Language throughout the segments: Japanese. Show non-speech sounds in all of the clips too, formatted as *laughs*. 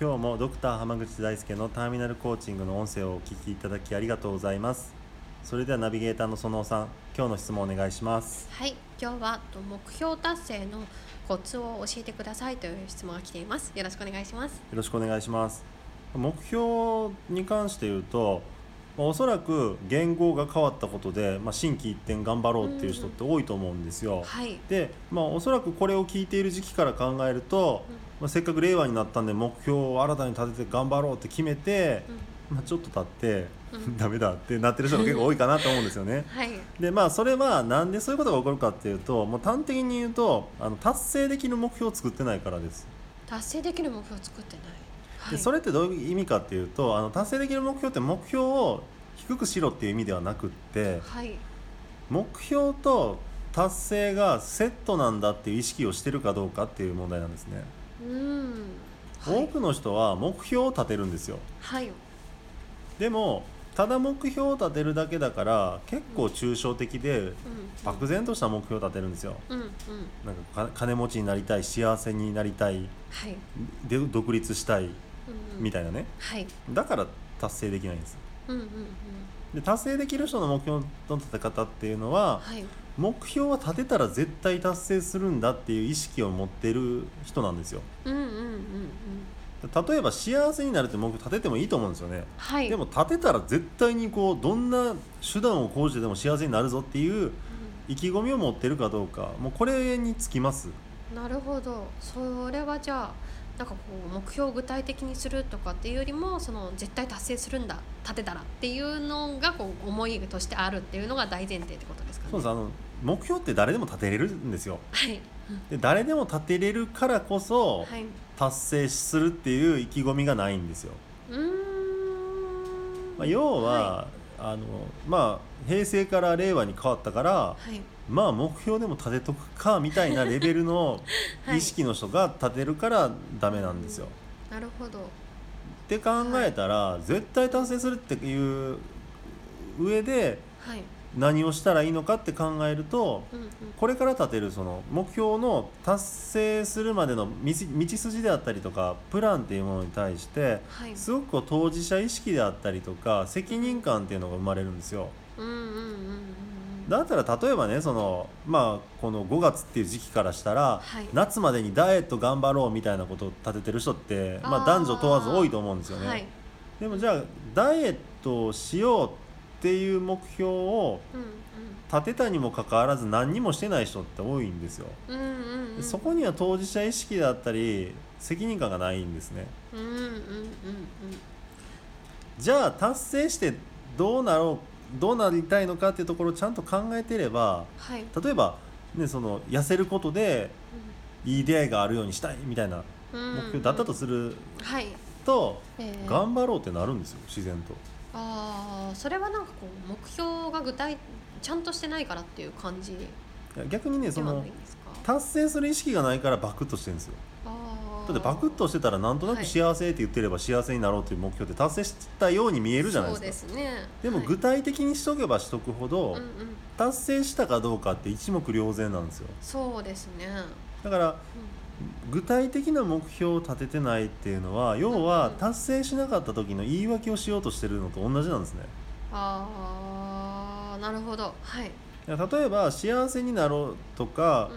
今日もドクター濱口大輔のターミナルコーチングの音声をお聞きいただきありがとうございますそれではナビゲーターのそのおさん今日の質問お願いしますはい、今日はと目標達成のコツを教えてくださいという質問が来ています。よろしくお願いします。よろしくお願いします目標に関して言うとまあおそらく言語が変わったことで、まあ、心機一転頑張ろうっていう人って多いと思うんですよ、はい、で、まあ、おそらくこれを聞いている時期から考えると、うんまあ、せっかく令和になったんで目標を新たに立てて頑張ろうって決めて、うまあ、ちょっと経って、うん *laughs* ダメだってなってる人が結構多いかなと思うんですよねん、。はい、でまあそれはなんでそういうことが起こるかっていうともう端的に言うとあの達成できる目標を作ってないからです。達成できる目標を作ってない。はい、でそれってどういう意味かっていうとあの達成できる目標って目標を低くしろっていう意味ではなくってはい、目標と達成がセットなんだっていう意識をしてるかどうかっていう問題なんですね。うん、は多い、くの人は目標を立てるんですよ。はい、でもただ目標を立てるだけだから結構抽象的でうん、漠然とした目標を立てるんですようん、うん、なんかか金持ちになりたい幸せになりたいはい、で独立したいうん、みたいたいなねはい、だから達成できないんですうん、うん、うん、で達成できる人の目標の立て方っていうのははい、目標は立てたら絶対達成するんだっていう意識を持ってる人なんですようん、うん、うん、うん、例えば幸せになるって目標立ててもいいと思うんですよねはい、でも、も立てたら絶対にこうどんな手段を講じてでも幸せになるぞっていう意気込みを持ってるかどうかもうこれにつきますうん、なるほど、それはじゃあ。なんかこう目標を具体的にするとかっていうよりもその絶対達成するんだ立てたらっていうのがこう思いとしてあるっていうのが大前提ってことですかね。そうですあの目標って誰でも立てれるんですよはい、で誰でも立てれるからこそはい、う達成するっていう意気込みがないんですよ、ーん、まあ、要はは、あのまあ平成から令和に変わったからはい、まあ目標でも立てとくかみたいなレベルの *laughs* はい意識の人が立てるからダメなんですよ、なるほど、って考えたら、絶対達成するっていう上ではい、何をしたらいいのかって考えるとうんうん、これから立てるその目標の達成するまでの道道筋であったりとかプランっていうものに対してはい、すごくこう当事者意識であったりとか責任感っていうのが生まれるんですよ。うんうんうんうんうん、だったら例えばねその、まあ、この5月っていう時期からしたら、はい夏までにダイエット頑張ろうみたいなことを立ててる人ってまあ、あー男女問わず多いと思うんですよね。はい、でもじゃあダイエットをしようっていう目標をうん立てたにもかかわらず何にもしてない人って多いんですよ、うん、うんうんうん、そこには当事者意識だったり責任感がないんですねうんうんうんうんうん、じゃあ達成してどうなろうどうなりたいのかっていうところをちゃんと考えてればはい、うん例えば、ね、その痩せることでいい出会いがあるようにしたいみたいな目標だったとうんするうんはい、と、えー頑張ろうってなるんですよ自然と。ああ、それはなんかこう目標が具体ちゃんとしてないからっていう感じで逆にねそはのないんですか。達成する意識がないからバクッとしてるんですよああ、だってバクッとしてたらなんとなはくい幸せって言ってれば幸せになろうという目標って達成したように見えるじゃないですかそうですね。でもはい具体的にしとけばしとくほどうんうん、達成したかどうかって一目瞭然なんですよそうですね。だから具体的な目標を立ててないっていうのは要はうん達成しなかった時の言い訳をしようとしてるのと同じなんですねああなるほどはい、だから例えば幸せになろうとか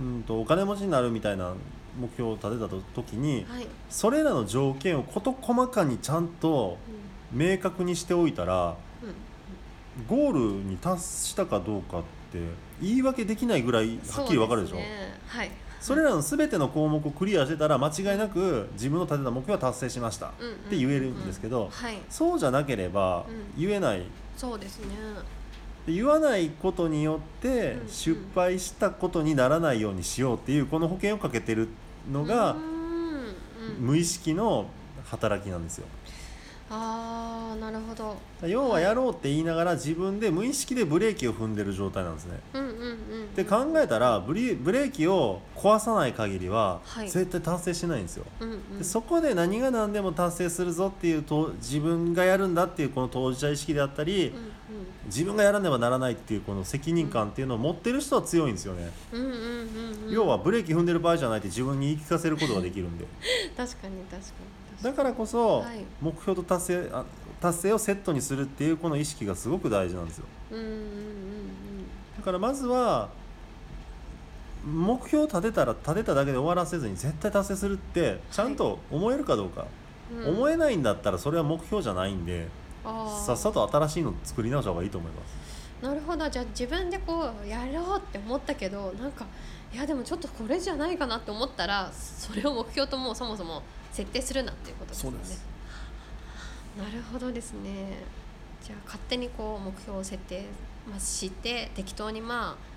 うん、うんとお金持ちになるみたいな目標を立てたと時にはい、それらの条件を事細かにちゃんと明確にしておいたらうんうん、ゴールに達したかどうかって言い訳できないぐらいはっきり分かるでしょそそうすねはい、れらの全ての項目をクリアしてたら間違いなく自分の立てた目標は達成しましたっうんうんて言えるんですけど、はいそうじゃなければう言えない、そうですねで言わないことによってうん失敗したことにならないようにしようっていうこの保険をかけてるのがうんうん無意識の働きなんですよああなるほど要はやろうって言いながら自分で無意識でブレーキを踏んでる状態なんですねうんうんうんで考えたらブリブレーキを壊さない限りははい絶対達成しないんですよ、うんうんでそこで何が何でも達成するぞっていうと自分がやるんだっていうこの当事者意識であったり、う自分がやらねばならないっていうこの責任感っていうのを持ってる人は強いんですよね、んうんうんうんうんうん要はブレーキ踏んでる場合じゃないって自分に言い聞かせることができるんで確かに確かに確かだからこそ、はい目標と達成あ達成をセットにするっていうこの意識がすごく大事なんですよにうんうんだからまずは目標を立てたら立てただけで終わらせずに絶対達成するってちゃんと思えるかどうか、うんうん思ええないんだったらそれは目標じゃないんでさっさと新しいの作り直した方がいいと思いますなるほどじゃあ自分でこうやろうって思ったけどなんかいやでもちょっとこれじゃないかなって思ったらそれを目標ともうそもそも設定するなっていうことですよねそうですなるほどですねじゃあ勝手にこう目標を設定まあして適当にまあ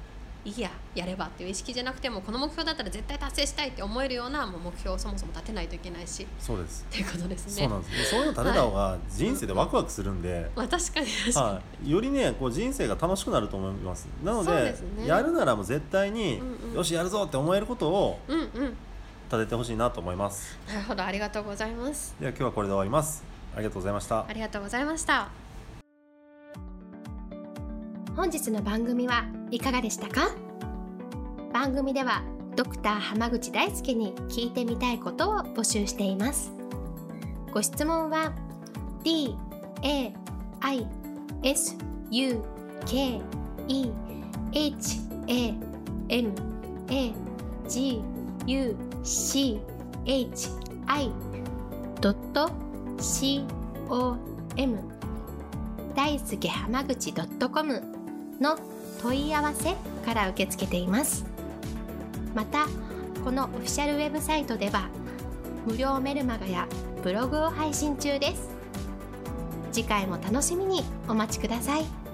いいややればっていう意識じゃなくてもうこの目標だったら絶対達成したいって思えるようなもう目標をそもそも立てないといけないしっそうですていうことですねそうなんですそういうの立てた方が人生でワクワクするんで、まあ確かに確かに、はい、よりねこう人生が楽しくなると思いますなのでそうですねやるならもう絶対に、うんうんよしやるぞって思えることをうんうん立ててほしいなと思いますなるほどありがとうございますでは今日はこれで終わりますありがとうございましたありがとうございました本日の番組はいかがでしたか番組ではドクター濱口大輔に聞いてみたいことを募集していますご質問は d a i s u k e h a m a g u c h i c o m 大輔濱口 .com の問い合わせから受け付けていますまたこのオフィシャルウェブサイトでは無料メルマガやブログを配信中です次回も楽しみにお待ちください